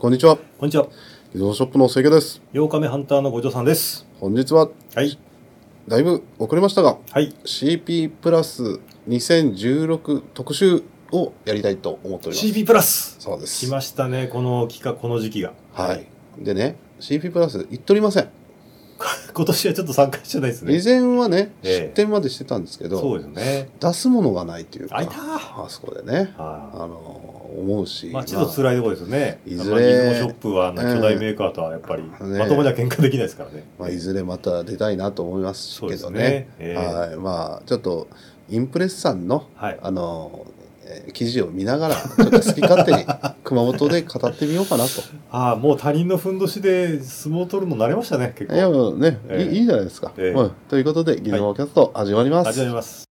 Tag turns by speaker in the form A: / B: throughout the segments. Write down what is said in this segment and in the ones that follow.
A: こんにちは。
B: こんにちは。
A: 自動ショップの清家です。
B: 8日目ハンターの五条さんです。
A: 本日は
B: はい。
A: だいぶ遅れましたが、
B: はい。
A: CP プラス2016特集をやりたいと思っております。
B: CP プラス
A: そうで
B: 来
A: す。
B: ましたね、この期間、この時期が。
A: はい。でね、CP プラス行っとりません。
B: 今年はちょっと参加してないです
A: 以
B: ね。
A: 前はね、
B: ええ
A: 出店までしてたんですけ
B: そう
A: ど、
B: ですね。
A: 出すものがないというか、
B: あいたー
A: あそこでね、
B: は
A: あのー、思うし、
B: い。まあ、ち
A: ま
B: ょ
A: あ
B: っと辛いところですよね。
A: い
B: い
A: ず
B: ず
A: れ
B: れ。ショップは、あの巨大メーカーとはやっぱり、
A: ね
B: まともには喧嘩できないですからね。
A: まあ、いずれまた出たいなと思います
B: そう
A: け
B: です
A: どね。
B: ね。ええ
A: はい。まあ、ちょっと、インプレッサンの、
B: はい。
A: あの、えー記事を見ながら、ちょっと好き勝手に熊本で語ってみようかなと。
B: ああ、もう他人のふんどしで相撲を取るの慣れましたね、結
A: いや、
B: 構。
A: もうね、
B: ええ
A: いいいいじゃないですか。
B: ええ
A: うんということで、技能キャスト始まります。
B: 始まります。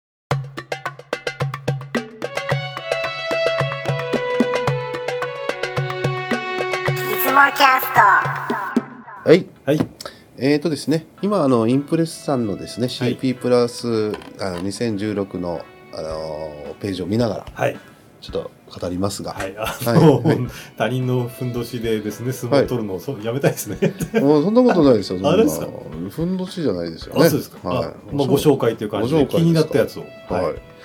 C: いつもキャスト
A: はい。
B: はい。
A: えーとですね、今、あの、インプレッサンのですね、
B: はい
A: CP プラス、あの2016の、あのーページを見ながら、
B: はい。
A: ちょっと語りますが、
B: はい。あ
A: は
B: の、他人のふんどしでですね、相撲を取るのをそうやめたいですね。
A: もうそんなことないですよ、そんな
B: あれですか
A: ふんどしじゃないですよね。
B: あ、そうですか。
A: はい
B: あまあ、ご紹介という感じで
A: ご紹介ですか
B: 気になったやつを。
A: はい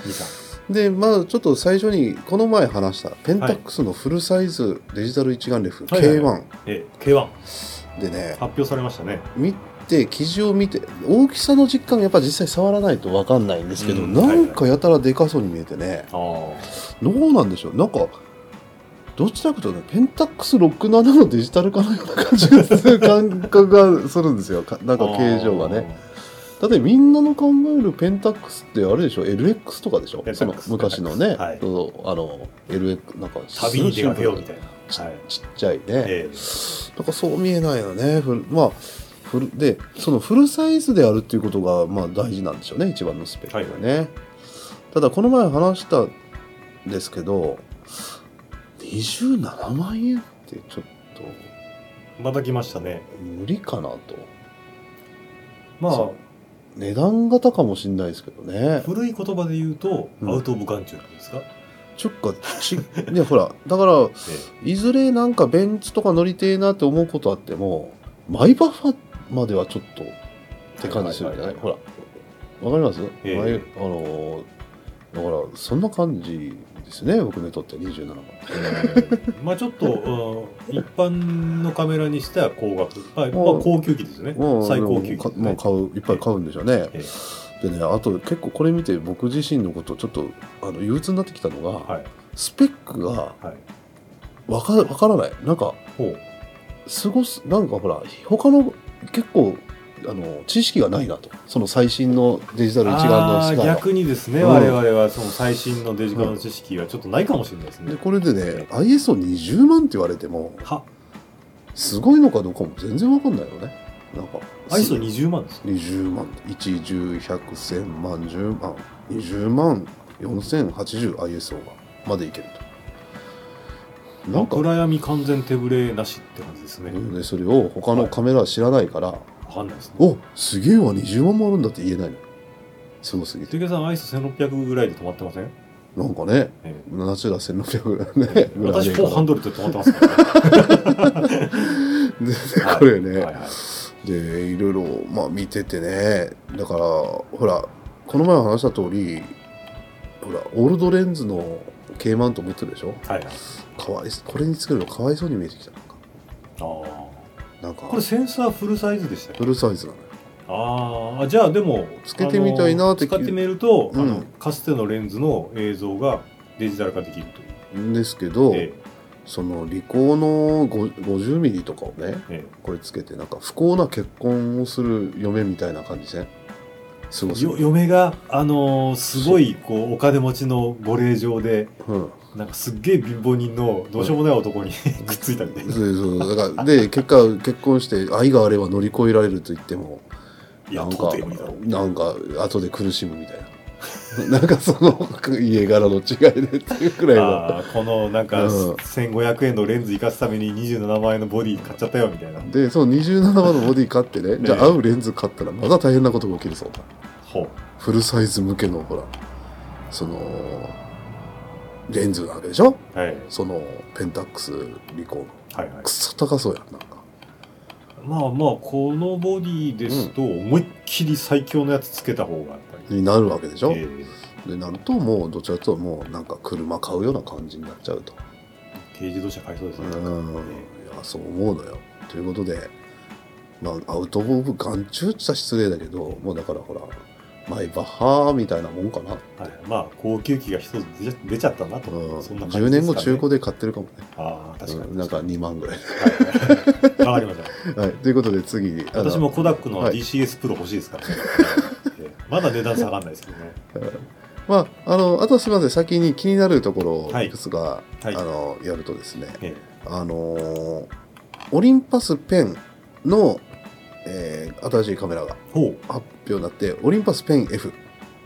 B: 見た。
A: でまあちょっと最初にこの前話したペンタックスのフルサイズデジタル一眼レフ
B: はいはい
A: K1、
B: はえ、K1 発
A: でね
B: 表されましたね。
A: 見て記事を見て大きさの実感がやっぱ実際触らないと分かんないんですけど、
B: うん
A: なんかやたらでかそうに見えてね、
B: ああ。
A: どうなんでしょうなんかどっちらかというとねペンタックス67のデジタル化のような感じがする感覚がするんですよかなんか形状がね。だってみんなの考えるペンタックスってあれでしょ LX とかでしょ
B: ペンタ
A: そ
B: ッ
A: の
B: クス
A: 昔のね、
B: はい
A: そうあの LX なんか
B: 旅に出かけようみたいな。
A: ち
B: はい。
A: ちっちゃいね、
B: ええ
A: なんかそう見えないよねフルまあフルでそのフルサイズであるっていうことがまあ大事なんでしょうね一番のスペックがね、ただこの前話したんですけど27万円ってちょっと
B: また来ましたね。
A: 無理かなと
B: まあ
A: そ、値段型かもしれないですけどね
B: 古い言葉で言うと、
A: うん
B: アウト・オブ・眼中なんですか。
A: ちょっかち ねほらだから
B: え
A: いずれなんかベンツとか乗りてえなって思うことあってもマイバッファまではちょっと
B: え
A: って感じするんじゃない
B: は
A: ほ
B: は
A: らわかります、
B: ええ
A: 前あのーだからそんな感じですね僕にとって27番
B: まあちょっと、うん一般のカメラにしては高額。まあ、まあ
A: もう
B: 高級機ですよね。最高級機
A: もう
B: です
A: かも
B: ね
A: う。買ういっぱい買うんでしょうね、
B: え
A: でねあと結構これ見て僕自身のことちょっとあの憂鬱になってきたのが、
B: えはい。
A: スペックが
B: はい。
A: わかわからないなんか
B: ほう。
A: すごすなんかほら他の結構あの知識がないなとその最新のデジタル一眼の
B: あ
A: ス
B: ー
A: カイは
B: 逆にですね、
A: うん
B: 我々はその最新のデジカルの知識はちょっとないかもしれないですね、
A: でこれでね ISO20 万って言われても
B: は
A: すごいのかどうかも全然わかんないよねなんか
B: ISO20 万です
A: 20万11101000万10万20万 4080ISO がまでいけるとなんか
B: 暗闇完全手ぶれなしって感じですね、
A: でそれを他のカメラは知らないから、
B: わかんないですね
A: おすげえわ20万もあるんだって言えないのすごすぎて
B: 池さん ISO1600 ぐらいで止まってません、
A: なんかね
B: え
A: ナチュラ1600
B: え
A: ねぐらい
B: 私
A: で
B: 400で止まってますから、ね、
A: でこれね、
B: はいはい
A: でいろいろまあ見ててねだからほらこの前話した通りほらオールドレンズの K マント持ってるでしょ
B: はいはい
A: かわいそこれにつけるのかわいそうに見えてきたなんか
B: あー
A: なんか
B: これセンサーフルサイズでしたよ
A: フルサイズなのよ
B: あーあじゃあでも
A: つけてみたいなって
B: あの使ってみると、
A: うん
B: あのかつてのレンズの映像がデジタル化できるという、
A: んですけど、
B: え
A: そのリコーの50ミリとかをね
B: えええ
A: これつけてなんか不幸な結婚をする嫁みたいな感じですごす
B: よ
A: ぎ
B: 嫁が、あのーすごいこうお金持ちのご令嬢で
A: うん、
B: なんかすっげえ貧乏人のどうしようもない男に くっついたみたい
A: そう
B: な
A: そうだからで結果結婚して愛があれば乗り越えられると言っても
B: いや
A: なん
B: 到
A: か
B: 底無理だろう
A: なんか後で苦しむみたいな なんかその家柄の違いでっていうくらいの
B: あーこのなんか
A: うん
B: 1500円のレンズ生かすために27万円のボディ買っちゃったよみたいな
A: でその27万のボディ買ってね
B: ね
A: じゃあ合うレンズ買ったらまだ大変なことが起きるそうだ
B: ほう
A: フルサイズ向けのほらそのレンズなわけでしょ
B: はい
A: そのペンタックスリコーの
B: はいはい
A: クソ高そうやんなんか
B: まあまあこのボディですと思いっきり最強のやつつけた方がやっぱり、
A: になるわけでしょ、
B: えー
A: でなるともうどちらかというともうなんか車買うような感じになっちゃうと
B: 軽自動車買いそうです
A: う
B: ね、
A: ん
B: え
A: いやそう思うのよということでまあアウト・オブ・ガンチューってさ失礼だけどもうだからほらマイバッハみたいなもんかな、
B: ーはい、まあ高級機が一つ出ちゃ出ちゃったなと、
A: うん、
B: そんな感じですか、ね、
A: 10年後中古で買ってるかもね
B: ああ確かに、
A: うんなんか2万ぐらい、
B: はいわかりました
A: はい、ということで次にあの
B: 私もコダックの
A: はい
B: DCS プロ欲しいですからね、えーまだ値段下がんないですけどね
A: まあ、あのあとはすみません先に気になるところを
B: はい
A: いくつか、
B: はい
A: あのやるとですね、
B: え
A: あのーオリンパスペンの、えー新しいカメラが
B: ーほう
A: 発表になってオリンパスペン F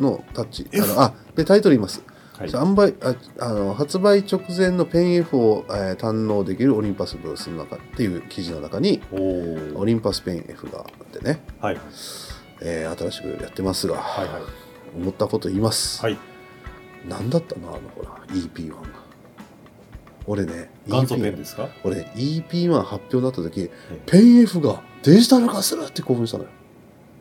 A: のタッチ
B: F
A: あのあでタイトル言います、
B: はい
A: 販売ああの発売直前のペン F を、えー堪能できるオリンパスブースの中っていう記事の中に
B: おー
A: オリンパスペン F があってね、
B: はいはい
A: えー新しくやってますが、
B: はいはい
A: 思ったこと言います、
B: はい
A: なんだったのあのほら EP1 が俺ね
B: 元祖ペン
A: EP
B: ですか
A: 俺ね EP1 発表になった時
B: え
A: ペン F がデジタル化するって興奮したのよ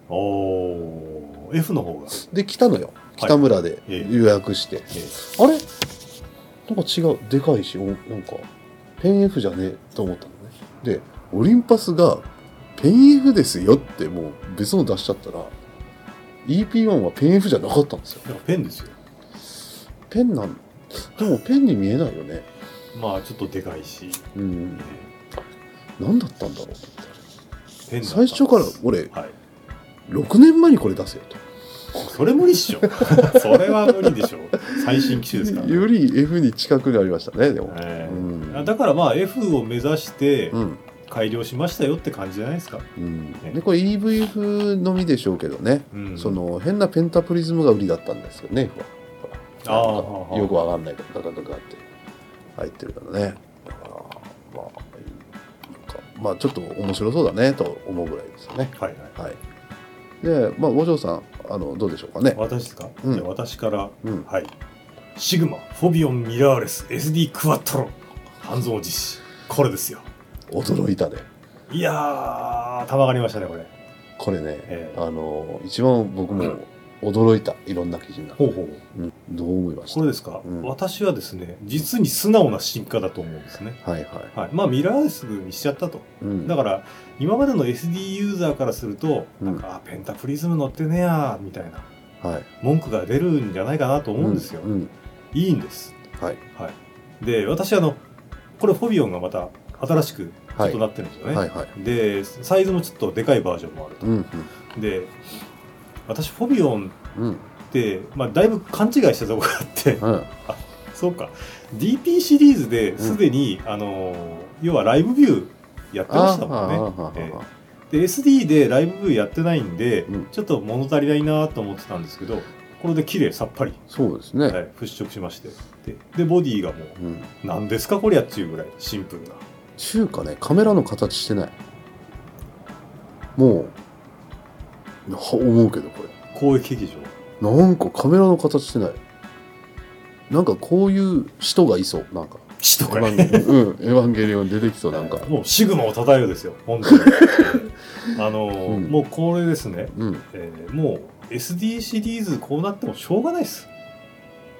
B: おおー F の方が、
A: で来たのよ北村で
B: ええ
A: 予約して、
B: えー
A: あれなんか違うでかいしおなんかペン F じゃねえと思ったのねでオリンパスがペン F ですよってもう別の出しちゃったら EP1 はペン F じゃなかったんですよ
B: なんかペンですよ
A: ペンなんでもペンに見えないよね
B: まあちょっとでかいし、
A: うん
B: えー
A: 何だったんだろう
B: ペンだったん
A: 最
B: です
A: 初から俺
B: はい、
A: 6年前にこれ出せよと
B: それ無理 っしょそれは無理でしょ最新機種ですから、
A: より F に近くなりましたねでも、
B: え
A: う
B: ー
A: ん
B: だからまあ F を目指して
A: うん
B: 改良しましたよって感じじゃないですか、
A: うん、でこれ EV 風のみでしょうけどね、
B: うん
A: その変なペンタプリズムが売りだったんですよね F は
B: ああ
A: ほ
B: はあ
A: ら
B: はあ
A: よくわかんないからガガガガって入ってるからねだからまあなんかまあちょっと面白そうだねと思うぐらいですよね
B: はいはい
A: はいでまあお嬢さんあのどうでしょうかね
B: 私ですか、
A: うん
B: じゃあ私から、
A: うん
B: はいシグマフォビオンミラーレス SD クワットロ半蔵実施これですよ
A: 驚いたね
B: いやーたまがりましたねこれ、
A: これね
B: えー
A: あの一番僕も驚いた、いろんな記事になって
B: ほうほう
A: どう思いまし
B: これですか、
A: うん
B: 私はですね実に素直な進化だと思うんですね
A: たはいはい、
B: はい、まあミラーレスにしちゃったと
A: うん、
B: だから今までの SD ユーザーからすると、
A: うん
B: なんかあペンタプリズム乗ってねえやみたいな
A: はい
B: 文句が出るんじゃないかなと思うんですよ、
A: うんうん
B: いいんです、
A: はい
B: はい、で私あのこれフォビオンがまた新しくちょっとなってるんですよね、
A: はいはい
B: でサイズもちょっとでかいバージョンもあると
A: う、ん
B: で私フォビオン
A: うんうん
B: って、まあ、だいぶ勘違いしたとこがあって
A: うん
B: そうか DP シリーズですでに、あのー要はライブビューやってましたもんね
A: あ
B: えで SD でライブビューやってないんで、
A: うん
B: ちょっと物足りないなと思ってたんですけどこれで綺麗さっぱり、
A: そうですね、
B: はい払拭しましてででボディがもう
A: うん、
B: 何ですかこりゃっちゅうぐらいシンプルな
A: 中華ねカメラの形してないもういや思うけどこれ
B: 攻撃劇場
A: なんかカメラの形してないなんかこういう人がいそうなんか
B: 死と
A: エ
B: か
A: ヴァン
B: ね
A: ゲリオンうんエヴァンゲリオン出てきそうなんか
B: もうシグマを叩えるですよ 本当にあのー、
A: うん
B: もうこれですね、
A: うん
B: えーもう SD シリーズこうなってもしょうがないです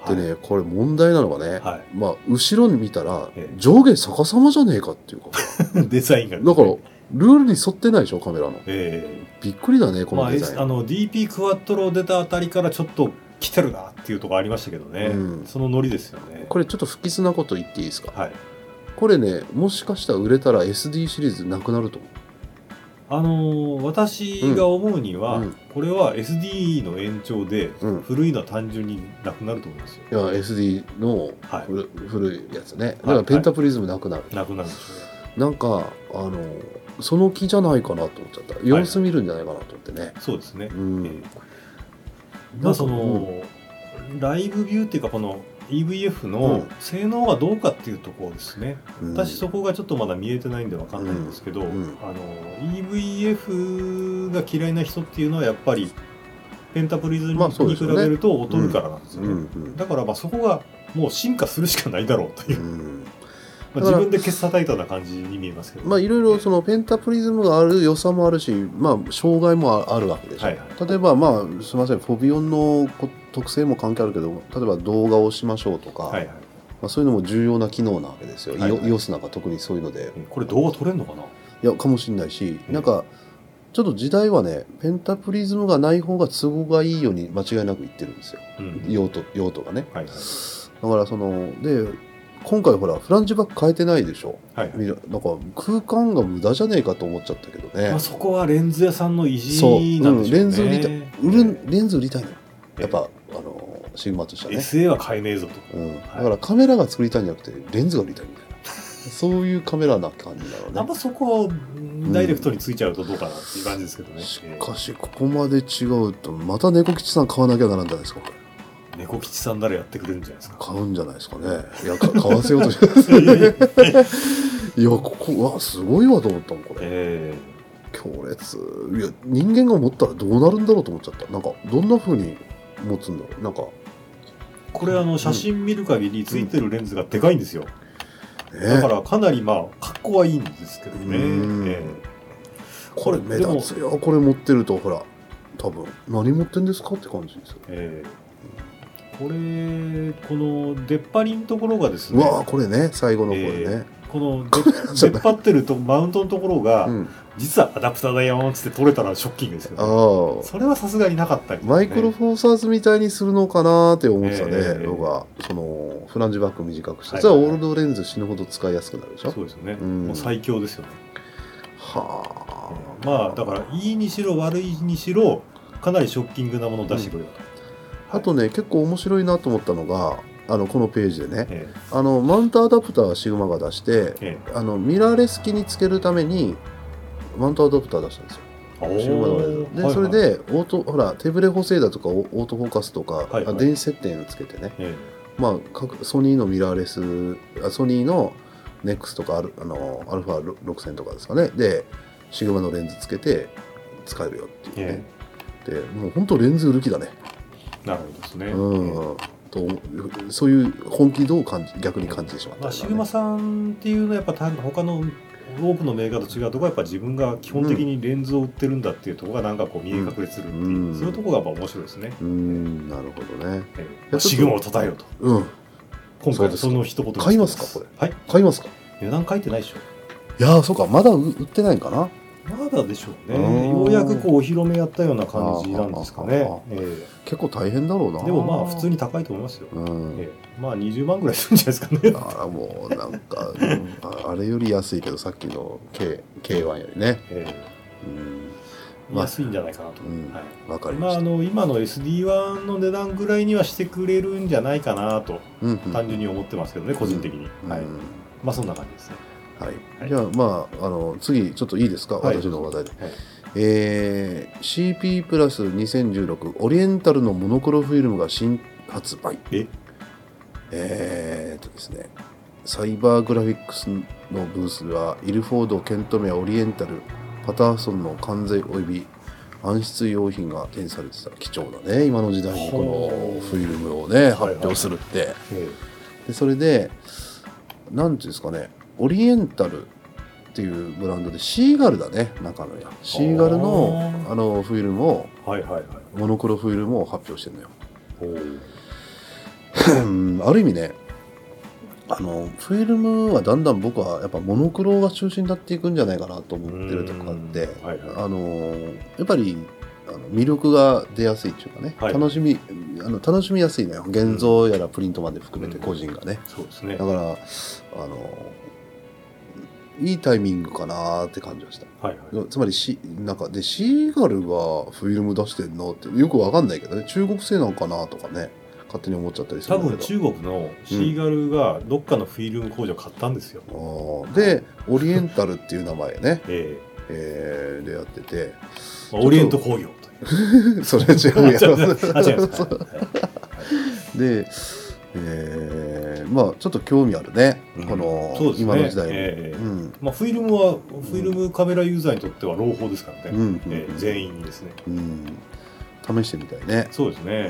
A: でね、これ問題なのがね、
B: はい、は
A: まあ、後ろに見たら
B: ええ
A: 上下逆さまじゃねえかっていうか、
B: い、デザインが
A: だから、ルールに沿ってないでしょ、カメラの。
B: えー
A: びっくりだね、こ
B: ま
A: の
B: あ、
A: デ
B: S-
A: ザ
B: あ
A: イン。
B: の DP クワットロ出たあたりからちょっと来てるなっていうところありましたけどね、
A: うん
B: そのノリですよね
A: これちょっと不吉なこと言っていいですか
B: はい
A: これね、もしかしたら売れたら SD シリーズなくなると思
B: あのー私が思うには、
A: うん
B: これは SD の延長で
A: う。うん。
B: 古いのは単純になくなると思いますよ
A: いや、SD の
B: は
A: 古古いやつね。だ
B: は
A: から
B: い
A: ペンタプリズムなくなる。
B: いなくなるでし
A: なんか、あの、その気じゃないかなと思っちゃった。様子見るんじゃないかなと思ってね
B: ょ。うそうですね
A: う、
B: え
A: ん。
B: ーまあその、ライブビューっていうかこの EVF
A: う
B: の
A: ん
B: 性能がどうかっていうところですね、
A: うん、
B: 私そこがちょっとまだ見えてないんでわかんないんですけど、
A: うんうん
B: あの EVF が嫌いな人っていうのはやっぱりペンタプリズム
A: まあそう
B: に
A: で
B: 比
A: すよね
B: べると劣るからなんですよ
A: う
B: ね、
A: んうん。
B: だからまあそこがもう進化するしかないだろうという
A: う、ん
B: まあ、自分でケツ叩いたような感じに見えますけど、
A: まあいろいろそのペンタプリズムがある良さもあるし、まあ、障害もああるわけでしょ、
B: はいは
A: 例えばまあすみませんフォビオンのこ特性も関係あるけど例えば動画をしましょうとか、
B: はいはい
A: まあ、そういうのも重要な機能なわけですよ、
B: はいはい
A: イオイオスなんか特にそういうので
B: えこれ動画撮れるのかない
A: やかもしれないし、
B: うん
A: なんかちょっと時代はねペンタプリズムがない方が都合がいいように間違いなく言ってるんですよ、
B: うん
A: 用途用途がね
B: はいは
A: だ
B: い
A: からそので今回ほらフランジバック変えてないでしょ
B: はいはい
A: みんななんか空間が無駄じゃねえかと思っちゃったけどね
B: まあ、そこはレンズ屋さんの意
A: そう、
B: 地な
A: うん
B: で
A: ん、
B: しょう
A: レンズ売
B: ね、
A: りたい、売るレンズ売りたいのやっ
B: え
A: ぱ、あのシグマとしては
B: え
A: ね、
B: SA は買えねえぞと
A: うん、だからカメラが作りたいんじゃなくてレンズが売りたいみたいなそういうカメラな感じだろうね
B: あんまそこをダイレクトについちゃうとどうかなっていう感じですけどね、
A: し
B: え
A: かしここまで違うとまた猫吉さん買わなきゃならんじゃないですかこれ
B: ー猫吉さんならやってくれるんじゃないですか
A: 買うんじゃないですかねいやか 買わせようとしていやここうわすごいわと思ったもんこれ
B: え
A: 強烈いや人間が持ったらどうなるんだろうと思っちゃったなんかどんな風に持つんだろうなんか
B: ーこれあの写真見る限りついてるレンズがでかいんですよ、
A: ね
B: だからかなりまあ格好はいいんですけどね、
A: うん
B: え
A: これ目立つよこれ持ってるとほら多分何持ってんですかって感じですよ
B: ーえーこれこの出っ張りのところがです
A: う
B: ね
A: わあこれね最後のこれ
B: え
A: ね、
B: この
A: じ
B: 出
A: ゃない
B: っ出っ張ってるとマウントのところが、
A: うん、
B: 実はアダプターだよーんっつって取れたらショッキングですけど、
A: ああ
B: それはさすがになかったりとかね、
A: マイクロフォーサーズみたいにするのかなーって思ってたね、
B: ええ
A: 僕はそのフランジバック短くして、
B: はい
A: それはオールドレンズ死ぬほど使いやすくなるでしょ
B: そうですよね、
A: うん
B: もう最強ですよね
A: はあ
B: まあだからいいにしろ悪いにしろかなりショッキングなものを出してくれると、
A: あとね結構面白いなと思ったのがあのこのページでね
B: え
A: あのマウントアダプターはシグマが出して
B: ええ
A: あのミラーレス機につけるためにマウントアダプター出したんですよ
B: え
A: シグマのレーザーで、それ、
B: はいはい
A: でオートほら手ブレ補正だとかオオートフォーカスとか、
B: はいはい
A: あ電子設定をつけてね
B: え
A: まあ各、ソニーのミラーレスあソニーの NEX とかアルあのアルファ6000とかですかねでシグマのレンズつけて使えるよっていうね
B: え、
A: でもう本当レンズ売る気だね、
B: えなるほどですね、
A: うんとそういう本気度を感じ逆に感じてしまった
B: まあ、
A: よ
B: シ
A: う
B: グ
A: な
B: マ
A: ね
B: さんっていうのはやっぱ他他の多くのメーカーと違うところはやっぱ自分が基本的にレンズを売ってるんだっていうところがなんかこう見え隠れするっていう、
A: うん
B: そういうところがやっぱ面白いですね、
A: うんなるほどね
B: ええ
A: や
B: シグマを称えよと
A: うん
B: 今
A: そう
B: 回
A: です
B: その一言
A: 買いますかこれ
B: はい
A: 買いますか
B: 値段書いてないでしょ
A: いやーそうかまだ売売ってないんかな
B: まだでしょうね。
A: うん
B: ようやくこうお披露目やったような感じなんですかね
A: ああああ。
B: え
A: 結構大変だろうな
B: えでもまあ普通に高いと思いますよ。
A: うん、
B: ええまあ20万ぐらいするんじゃないですかね。
A: あらもうなんか、うんああれより安いけどさっきの K K1 よりね、
B: え
A: うん、
B: え
A: まあ
B: 安いんじゃないかなと。
A: うん
B: はい
A: わかり
B: ま
A: ま
B: あ、
A: し
B: あ
A: た、
B: の今の SD1 の値段ぐらいにはしてくれるんじゃないかなと
A: うんうん
B: 単純に思ってますけどね、個人的に、はい
A: うん
B: まあそんな感じですね
A: はい
B: はい
A: じゃあまああの次ちょっといいですか、
B: はい
A: 私の話題で、
B: はい
A: えー CP プラス2016オリエンタルのモノクロフィルムが新発売
B: え
A: えー、とですねサイバーグラフィックスのブースではイルフォードケントメアオリエンタルパターソンの関税および暗室用品が展示されてた貴重だね今の時代にこ
B: ほ
A: の
B: う
A: フィルムをね
B: いはい
A: 発表するって、
B: え
A: でそれで何ていうんですかねオリエンタルっていうブランドでシーガルだね中野やシーガルの
B: あー
A: あのフィルムを
B: えはいはいはい
A: モノクロフィルムを発表してるのよ
B: おー
A: うんある意味ねあのフィルムはだんだん僕はやっぱモノクロが中心になっていくんじゃないかなと思ってるとこあって
B: うんはいはい
A: あのやっぱりあの魅力が出やすいっていうかね、
B: はい
A: 楽しみあの楽しみやすいのよ現像やらプリントまで含めて
B: うん
A: 個人がね、
B: そうですね
A: だからあのいいタイミングかなーって感じがした
B: はいはい
A: つまりシなんかでシーガルがフィルム出してんのってよくわかんないけどね中国製なのかなとかね勝手に思っちゃったりす
B: 多
A: るんだ
B: 分
A: けど
B: 中国のシーガルがどっかのフィルム工場買ったんですよ、、
A: あーでオリエンタルっていう名前ね
B: ええ
A: えーでやってて
B: まあオリエント工業という。
A: それは違う
B: あ、違い
A: や
B: ます。
A: ろ
B: あ、違います。
A: そ
B: は
A: う で、えーまあちょっと興味あるね、
B: い
A: こ
B: う
A: の
B: んそうですね
A: 今の時代に、
B: ええ
A: うん
B: まあ、フィルムは、フィルムカメラユーザーにとっては朗報ですから
A: うん
B: ね。
A: うん
B: ええ全員にですね。
A: うん、試してみたいね、
B: そうです
A: うん、
B: ね。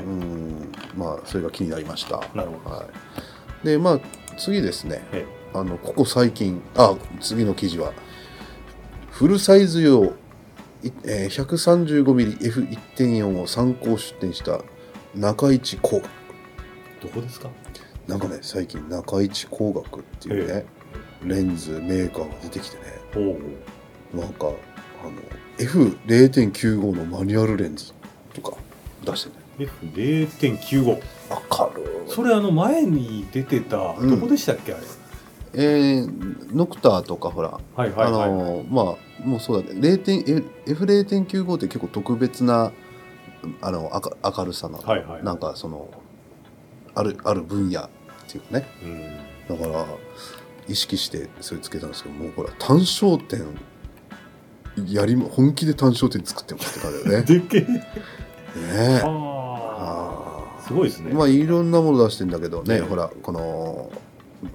A: まあそれが気になりました
B: なるほど。
A: はい、でまあ次ですね、
B: え
A: あのここ最近あ次の記事はフルサイズ用いえー 135mmF1.4 を参考出展した中市工学
B: どこですか
A: なんかね最近中市工学っていうねレンズメーカーが出てきてね
B: おお
A: なんかあの F0.95 のマニュアルレンズとか出してね
B: F0.95
A: 明るい
B: それあの前に出てた、
A: うん
B: どこでしたっけあれ
A: えー、ノクターとかほら
B: はい
A: あ
B: はいはい、
A: のーまあもうそうだね 0. F0.95 って結構特別なあの明る明るさなの、
B: はいはい
A: なんかそのあるある分野っていうかね
B: うん
A: だから意識してそれつけたんですけどもうほら単焦点やりま本気で単焦点作ってますって感じだよ ね。
B: でっけえ
A: ねえあ
B: ああ
A: ー
B: すごいですね、
A: まあいろんなもの出してんだけどね、
B: ね
A: ほらこの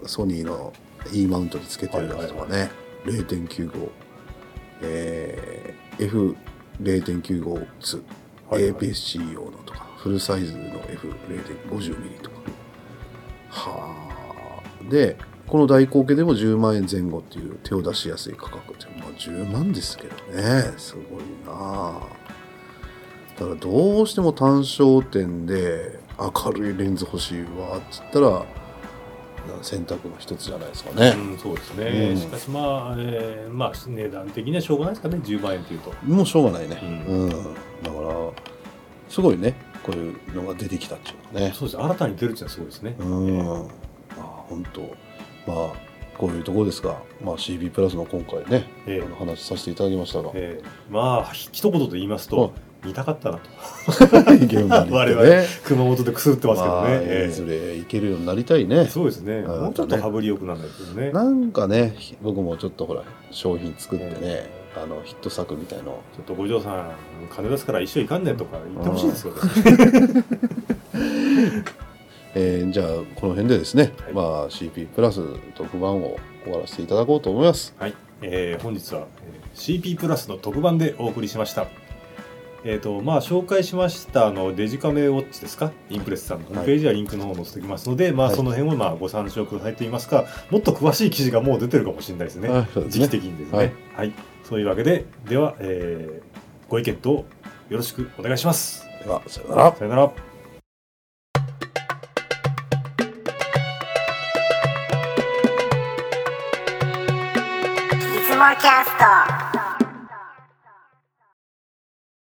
A: ソニーの E マウントにつけてるやつとかね、0.95えー F0.95-2、
B: はいはい
A: APS-C 用のとかフルサイズの F0.50 ミリとかはあでこの大口径でも10万円前後っていう手を出しやすい価格ってまあ10万ですけどねすごいなあだからどうしても単焦点で明るいレンズ欲しいわっつったら選択の一つじゃないですかね、
B: うん、そうですね、
A: うん
B: しかしまあ、えーまあ値段的にはしょうがないですかね10万円というと
A: もうしょうがないね
B: う
A: うん、だからすごいねこういうのが出てきたっていうかね
B: そうですね新たに出るっていうのはすごいですね、
A: うん、まあ本当まあこういうところですが、まあ、CB プラスの今回ね、
B: ええ
A: あの話させていただきましたが、
B: えーまあ一言で言いますと、見たかったなと
A: 現場に行って
B: 我々
A: ね
B: 熊本でくすぶってますけどね、
A: まあ
B: え
A: い
B: ー
A: ずれ行けるようになりたいね
B: そうですね、
A: ん
B: もうちょっと羽振りよくなんないですよね
A: なんかね僕もちょっとほら商品作ってね、
B: え
A: あのヒット作みたいの
B: ちょっと五条さん金出すから一緒行かんねんとか言ってほしいですよね、
A: えーじゃあこの辺でですね、
B: はい
A: まあ、CP プラス特番を終わらせていただこうと思います
B: はい、えー本日はえー CP プラスの特番でお送りしました。えーとまあ、紹介しましたあのデジカメウォッチですか、インプレスさんのホームページやリンクの方を載せておきますので、まあ、
A: はい
B: その辺をまあご参照くださいと言いますか、もっと詳しい記事がもう出てるかもしれないですね、
A: はいそうです
B: 時
A: ね
B: 期的にですね。
A: は
B: はいいそういうわけで、では、えーご意見等よろしくお願いします。
A: ではさよなら
B: さよなら。
C: いつもキャスト